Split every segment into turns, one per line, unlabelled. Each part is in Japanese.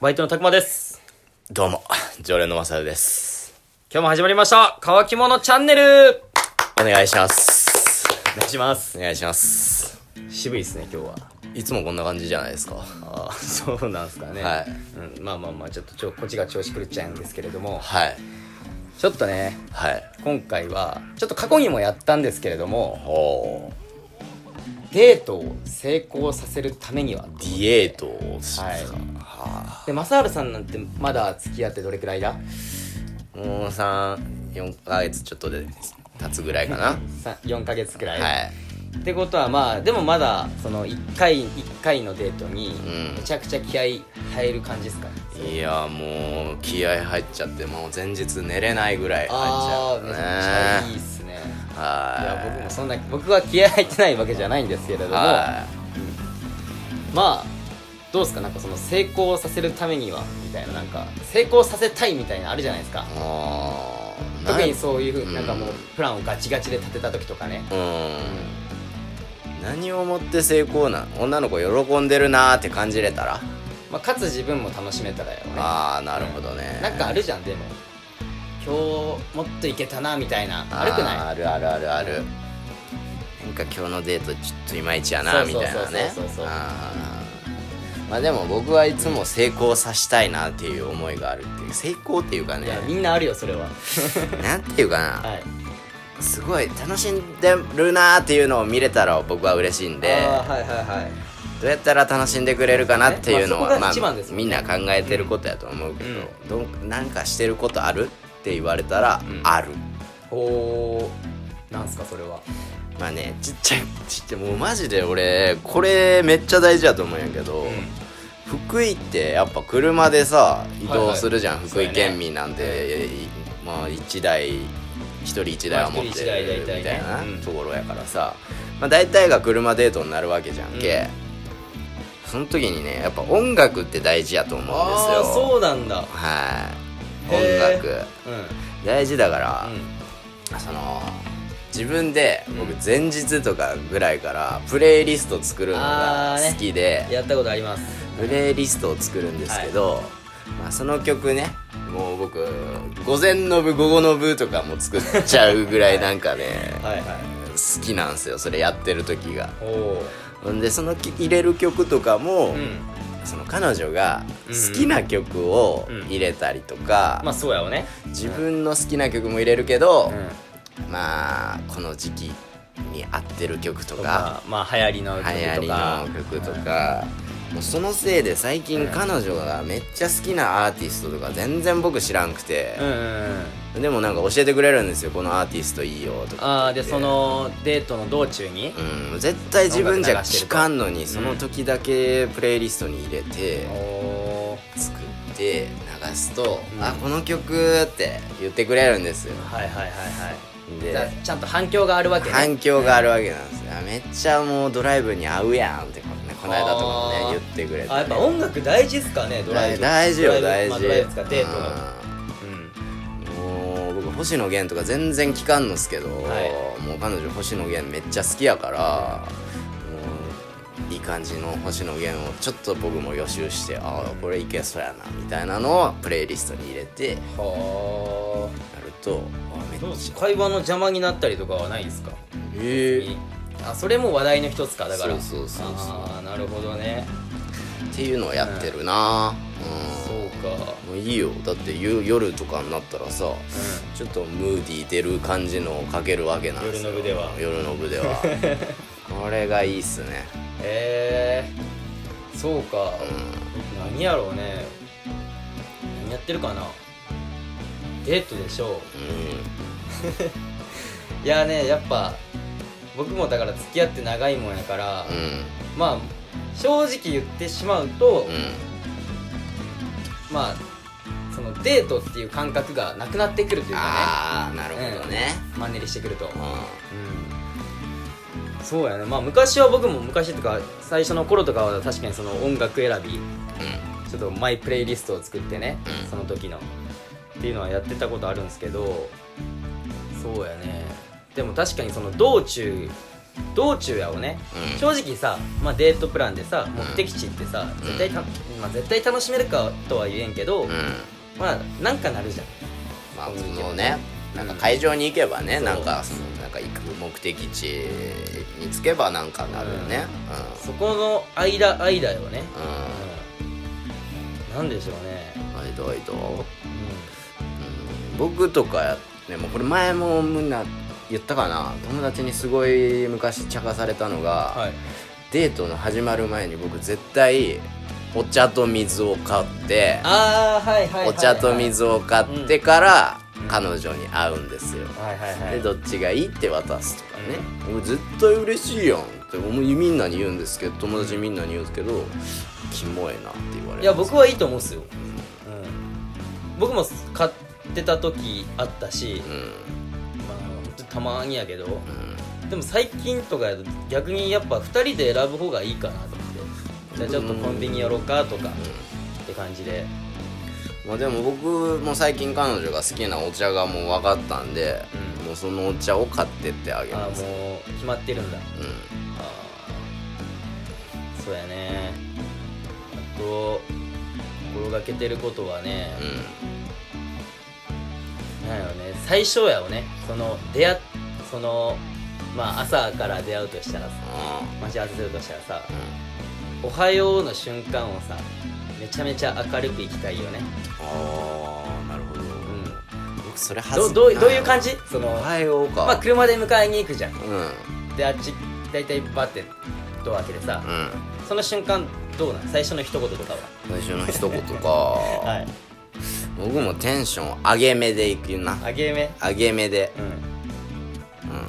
バイトのたくまです。
どうも、常連のまさるです。
今日も始まりました乾き物チャンネル
お願いします。
お願いします。
お願いします。
渋いですね、今日は。
いつもこんな感じじゃないですか。
ああ、そうなんすかね。
はい
うん、まあまあまあ、ちょっとちょこっちが調子狂っちゃうんですけれども、
はい。
ちょっとね、
はい。
今回は、ちょっと過去にもやったんですけれども、
おー、
デートを成功させるためには、
ディエートをし
はい
は
で、正治さんなんてまだ付き合ってどれくらいだ
い。もう3、4ヶ月ちょっとで経つぐらいかな。
さ ?4 ヶ月くらい。
はい。
ってことはまあでもまだその1回一回のデートに
ん
めちゃくちゃ気合い入る感じですか、
いや、もう気合入っちゃって、もう前日寝れないぐらい入っちゃ
あ
う
あ
ね。
めちゃくちゃいいっすねいや僕
は
もそんな僕は気合い入ってないわけじゃないんですけれど
い。
も
は
まあどうですかなんかその成功させるためにはみたいななんか成功させたいみたいなあるじゃないですか
い。もう、
特にそういうふう
う
に
ん
なんかもうプランをガチガチで立てた時とかね
うん何をもって成功なん女の子喜んでるなーって感じれたら、
まあかつ自分も楽しめたらよね
ああなるほどね、
なんかあるじゃんでも今日もっといけたなみたいな
あ
あるくない
ーあるあるあるあるなんか今日のデートちょっといまいちや
そ
な
う
み
そう
た
そう
い
そう
なね
そうそうそう
あーまあでも僕はいつも成功させたいなっていう思いがあるっていう成功っていうか
い
ね
やみんなあるよそれは
なんていうかな、
はい
すごい楽しんでるなーっていうのを見れたら僕は嬉しいんで
あーはいはいはい
どうやったら楽しんでくれるかなっていうの
まあそこ
は、ま
が
あ
一番ですよね
みんな考えてることやと思うけど,、どんなんかしてることあるって言われたら、
ん
ある
おーなんすかそれは
まあねちっちゃいちっちゃいもうマジで俺これめっちゃ大事やと思うんやけど、福井ってやっぱ車でさ移動するじゃん、
はいはい
福井県民なんて、いまあ1台1人1台は持っ
ま
て
あ一人一台
るみたい
大
な
体ねうん
ところやからさ、まあ、大体が車デートになるわけじゃんけ、その時にねやっぱ音楽って大事やと思うんですよ
ああそうなんだ
はい音
へー
楽
うん
大事だから、
うん
その自分で
う
僕
ん
前日とかぐらいからプレイリスト作るのが好きで、
やったことあります
プレイリストを作るんですけど、まあ、その曲ねもう僕午前の部午後の部とかも作っちゃうぐらいなんかね
はいはい
好きなんですよそれやってる時が
おお
ほんでそのき入れる曲とかも、
うん
その彼女が
うん
好きな曲を入れたりとか、
まあそうやわね
自分の好きな曲も入れるけど
う、ん
まあこの時期に合ってる曲と
と
か
かまあ流行りの
流
曲
行
と
り
か
の曲とか、もうそのせいで最近彼女がめっちゃ好きなアーティストとか全然僕知らんくて
うん、うんうん
でもなんか教えてくれるんですよこのアーティストいいよとか
ああでそのデートの道中に
うん絶対自分じゃ聞かんのにその時だけプレイリストに入れて
おー
作って流すと「
うん
あこの曲」って言ってくれるんですよ
はいはいはいはい
で
じゃあちゃんと反響があるわけね
反響があるわけなんですよ、あめっちゃもうドライブに合うやんってこ,、ね、この間とかも
あー
ね言ってくれて、ね、
あやっぱ音楽大事っすかねドライブ
大事よ
ドライブ
大
まあ
事
ドライブっすかデートのうん
うんもう僕星野源とか全然聞かんのっすけど、
は
もう彼女星野源めっちゃ好きやからもういい感じの星野源をちょっと僕も予習してああこれいけそうやなみたいなのをプレイリストに入れてや
はあ
るとあめっちゃ
会話の邪魔になったりとかはないですか
え
あそれも話題の一つかだから
そうそうそうそう
ああなるほどね
っていうのをやってるな、うん
そうか
もういいよだってゆ夜とかになったらさちょっとムーディー出る感じのをかけるわけなんですよ
夜の部では
夜の部では これがいいっすね
えー、そうか、
う
何やろうね何やってるかなデートでしょ
んうん
ういやねやっぱ僕もだから付き合って長いもんやから、まあ正直言ってしまうと、
うんうん
まあそのデートっていう感覚がなくなってくるというか
ああなるほどね、
ねマンネリしてくると
うん
うんそうやねまあ昔は僕も昔とか最初の頃とかは確かにその音楽選びちょっとマイプレイリストを作ってね、
うん
その時のっていうのはやってたことあるんですけどそうやねでも確かにその道中道中やをね、
うん
正直さ、まあ、デートプランでさ目
ん
的地ってさ、絶対た、まあ、絶対楽しめるかとは言えんけど、
うん
まあなんかなるじゃん
まあ
コミュ
そ
ニケーション
のねなんか会場に行けばね、
うん
なんかそのなんか行く目的地に着けばなんかなるよね
そこの間間よね、
うん、うん
うん、なんでしょうね、
はいどうはいどう
う
うん僕とかやねもうこれ前もみんな言ったかな友達にすごい昔茶化されたのが、
ん、はい
デートの始まる前に僕絶対お茶と水を買って
ああはいはいはい、はい、
お茶と水を買ってから
うん
彼女に会うんですよ、
はいはいはい
でどっちがいいって渡すとかね「俺絶対嬉しいやん」って思うみんなに言うんですけど友達みんなに言うんですけど「キモいな」って言われる
いや僕はいいと思うんすよ、うん、僕も買ってた時あったし
う、ん
まあ、本当にたまにやけど
うん
でも最近とかやと逆にやっぱ2人で選ぶ方がいいかなと思ってじゃあちょっとコンビニ寄ろうかとかって感じで
まあでも僕も最近彼女が好きなお茶がもう分かったんで、
うん
もうそのお茶を買ってってあげ
ああ
ます
もう決まってるんだ
うん
あーそうやねあと心がけてることはね、なんやろね最初やをねその出会っそのまあ朝から出会うとしたらさ待ち合わせするとしたらさ「おはよう」の瞬間をさめちゃめちゃ明るくいきたいよね
ああなるほど、
うん
僕それ
ど
初
どうどういう感じそ
お
の
はようか、
まあ車で迎えに行くじゃん
うんうん
であっち大体バッてドア開けてさその瞬間どうなん最初の一言とかは
最初の一言 か、
はい
僕もテンション上げ目でいくな
あげめ
上げ目で
うん
うん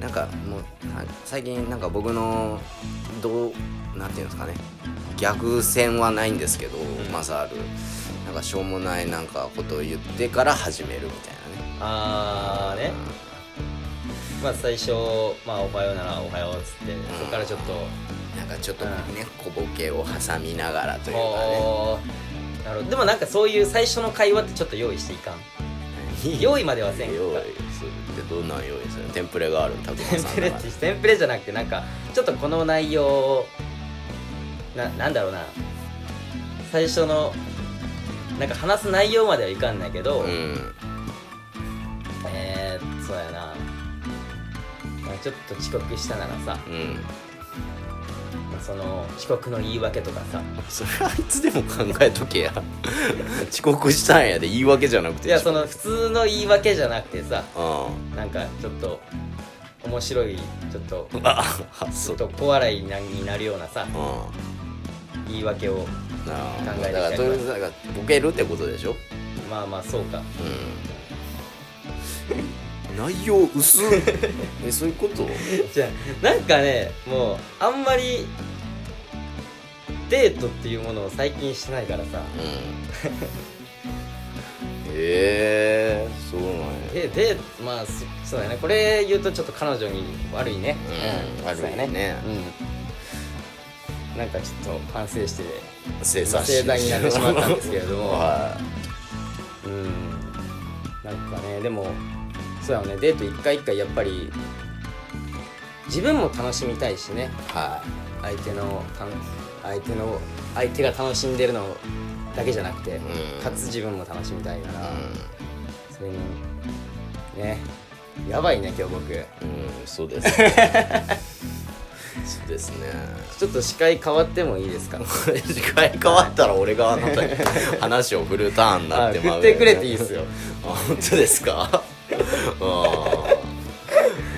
なんかもうあ最近なんか僕のどうなんていうんですかね逆線はないんですけど、
ん
まさるなんかしょうもないなんかことを言ってから始めるみたいなね
ああねまあ最初まあおはようならおはようっつってそこからちょっと
なんかちょっとね、小ボケを挟みながらというかね
おーなるほどでもなんかそういう最初の会話ってちょっと用意していかん用意まではせんか
用意するってどんなん用意するのテンプレがあるのたくま
テン
さん
プレ
だ
っ
から
てテンプレじゃなくてなんかちょっとこの内容をななんだろうな最初のなんか話す内容まではいかんないけど、
うん
えー、そうやなまあちょっと遅刻したならさ、
うん
まあその遅刻の言い訳とかさ
それはいつでも考えとけや遅刻したんやで言い訳じゃなくて
いやその普通の言い訳じゃなくてさ
う
なんかちょっと面白いちょっと
んああ
ちょ
そ
っ
う
と小笑いになるようなさ
うん
言い訳を
なあ
考えてきた
だからとりあえずだからボケるってことでしょ
まあまあそうか
うん内容薄えそういうこと
じゃあなんかねもうあんまりデートっていうものを最近してないからさ
うんへえそうなんや
でデートまあそそうだよねこれ言うとちょっと彼女に悪いね
うん悪い
そ
ね
うだうんなんかちょっと反省してま
生
あ正座になってしまったんですけれども
は
うんなんかねでもそうだよねデート一回一回やっぱり自分も楽しみたいしね
いは
相手のたの相手の相手が楽しんでるのだけじゃなくて、
ん
かつ自分も楽しみたいか
い
ら、それにねやばいね今日僕
うん、うん、そうですねそうです ね
ちょっと視界変わってもいいです か
時間変わったら俺があなたに話を振るターンにな
あ
って
振
まう
ってくれていいですよ
あ本当です かうん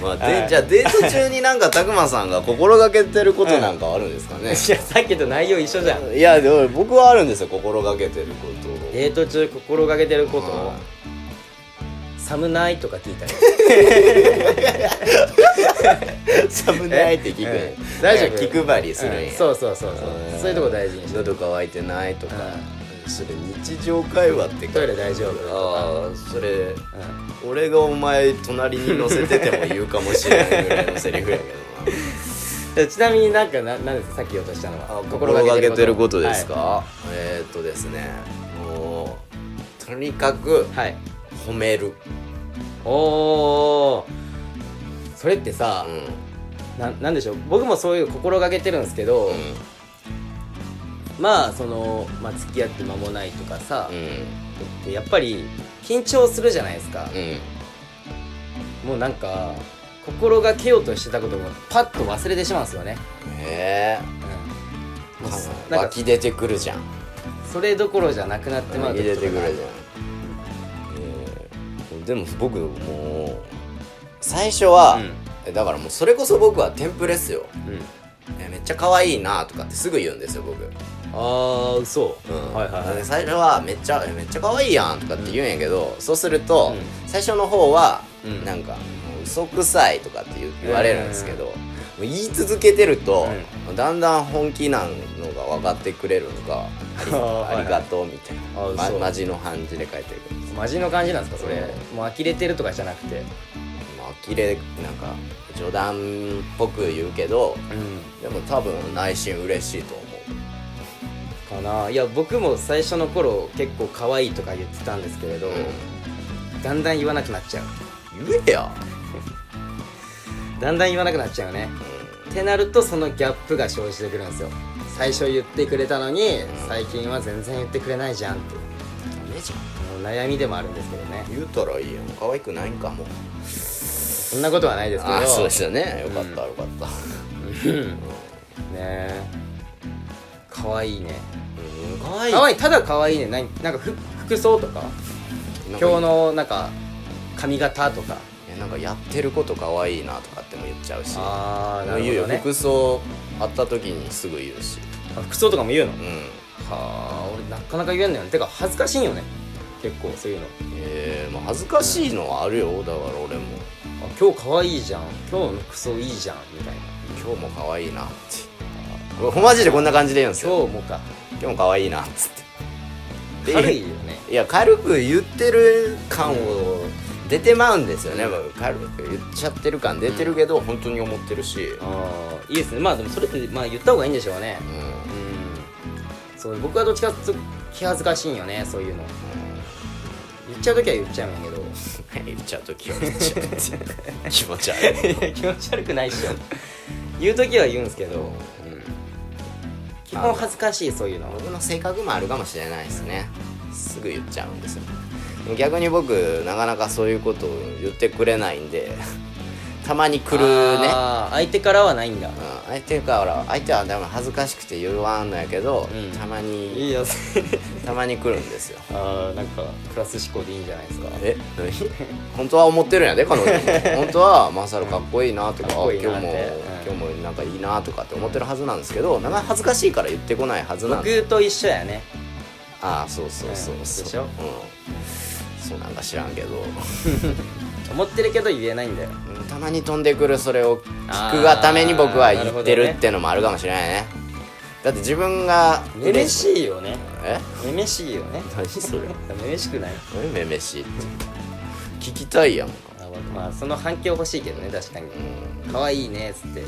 まあ、で
はい
じゃあデート中になんかたくまさんが心がけてることなんかはあるんですか
い
ね
や、さっきと内容一緒じゃん
いやでも僕はあるんですよ心がけてること
デート中心がけてることを
は
「寒ない」とか聞いたり
い寒ないって聞く、
ええ
大
え
丈
え
夫気配りするんや、
うんそうそうそうそう
うん
そういうとこ大事にして
喉乾いてないとか、それ日常会話って
トイレ大丈夫
ああそれ
うん
俺がお前隣に乗せてても言うかもしれないぐらいのセリフやけど
えちなみになんかななんですかさっき言おうとしたの
な
は
心がけてることですか、
は
えーっとですねもうとにかく
い、はい
褒める
おーそれってさ、
うん
ななんでしょう僕もそういう心がけてるんですけど、
う
まあその、まあ、付き合って間もないとかさ、
ん
でやっぱり緊張するじゃないですか、
うん
もうなんか心がけようとしてたこともパッと忘れてしまうんですよね、
へえ
うん、もうなん
湧
か
き出てくるじゃん
それどころじゃなくなってまう
湧き
時
出
とか
てくるじゃん、えーでも僕もう最初は、えだからもうそれこそ僕はテンプレっすよ
うん、うん、
えめっちゃ可愛いなとかってすぐ言うんですよ僕、
ああそううんはいはいはい
で最初はめっちゃえめっちゃ可愛いやんとかって言うんやけど、そうすると、
う
最初の方は、
うん
なんかもう嘘くさいとかって言う言われるんですけど、もう言い続けてると、だんだん本気なのが分かってくれるのがあり
あー
ありがとうみたいな、
はいはいあー
ま
そう
マジの感じで書いてるけど
マジの感じなんですかそれ
う
もう呆れてるとかじゃなくて
まあ呆れなんか冗談っぽく言うけど
うん
でも多分内心嬉しいと思
かないや僕も最初の頃結構可愛いとか言ってたんですけれど、
う、
だんだん言わなくなっちゃう
言えや、
だんだん言わなくなっちゃうねってなるとそのギャップが生じてくるんですよ最初言ってくれたのに最近は全然言ってくれないじゃんっていう
ダメじゃん
もう悩みでもあるんですけどね
言うたらいいやん可愛くないんかも
そんなことはないですけど
ああそうですよねよかっ
うん
たよかった、
うんねえ可愛いね
うん、可愛い
可愛いただ可愛いねなんなんかふ服装とか
なんか
今日のなんか髪型とか
えなんかやってること可愛いなとかっても言っちゃうし
ああなる
言う
ほ
よ
どね
服装会った時にすぐ言うし
あ服装とかも言うの
うん
はあ俺なかなか言えんのよねてか恥ずかしいんよね結構そういうの
えー、まあ恥ずかしいのはあるよだから俺も
あ今日可愛いじゃん今日の服装いいじゃんみたいな
今日も可愛いなってこれマジでこんな感じで言うんですよ
今日もか
今日も可愛いなっつって
軽い
で
よね
いや軽く言ってる感を出てまうんですよね、僕軽く言っちゃってる感出てるけど、本当に思ってるし、うん
ああいいですねまあでもそれってまあ言った方がいいんでしょうねうんそう僕はどっちかっていうと気恥ずかしいんよねそういうの言っちゃう時は言っちゃうんやけど
言っちゃうと気持ち悪 い気持ち悪 い
気持ち悪くないっしょ 言う時は言うんですけど基本恥ずかしいそういうの
僕の性格もあるかもしれないですねすぐ言っちゃうんですよでも逆に僕なかなかそういうことを言ってくれないんでたまに来るね
あー相手からはないんだ
うん相手から相手はでも恥ずかしくて言わんのやけど、
うん
たま
い
に
いや
たまに来るんですよ
あーなんかプラス思考でいいんじゃないですか
え何本当は思ってるんやで彼女も 本当はマサルかっこいいなとか
かっこいい
今
な
日
って
も、
うん
今日もなんかいいなとかって思ってるはずなんですけどなんか恥ずかしいから言ってこないはずなんで
僕と一緒やね
ああそうそうそう
うん
そう、
でしょ
うん、そうなんか知らんけど
思ってるけど言えないんだよ
うんたまに飛んでくるそれを聞くがために僕は言ってるってのもあるかもしれないねだって自分が
めめ
い
しいよね
え
めめしいよね
何それ
めめしくない
何めめしいって聞きたいやんか
あまあその反響欲しいけどね確かに
うん
可愛いねっつってね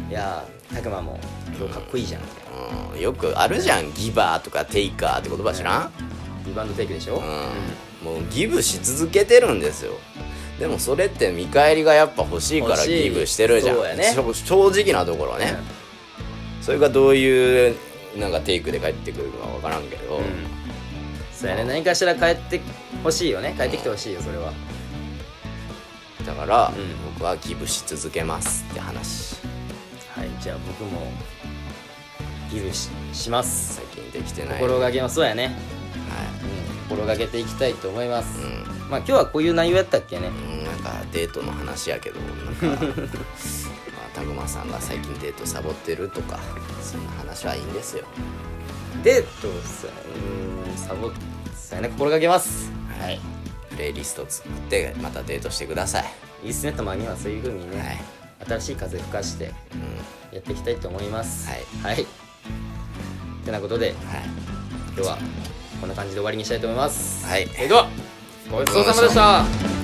うん
いやーたくまも今日かっこいいじゃんみたい
うん、よくあるじゃんギバーとかテイカーって言葉知らん、
なリバウンドテイクでしょ
うん、もうギブし続けてるんですよでもそれって見返りがやっぱ欲しいから
欲しい
ギブしてるじゃん、
そうやね
しょ正直なところね、それがどういうなんかテイクで帰ってくるか分からんけど、
うんそうやね何かしら帰ってほしいよね帰ってきてほしいよそれは
だから、
うん
僕はギブし続けますって話
はいじゃあ僕もギブしします
最近できてない
心
はい
がけますそうやねうん心がけていきたいと思いま
う
す
ん
まあ今日はこういう内容やったっけね
うんなんかデートの話やけどな んかまあタグマさんが最近デートサボってるとかそんな話はいいんですよ
デートそうやうんサボそうやね心がけますはい
プレイリスト作ってまたデートしてください
いいっすねたまにはそういう風にね、
はい、
新しい風吹かして
うん、
やっていきたいと思います
はい
はい、ってなことで
は
今日はこんな感じで終わりにしたいと思います、
い、はい
それではごちそうさまでした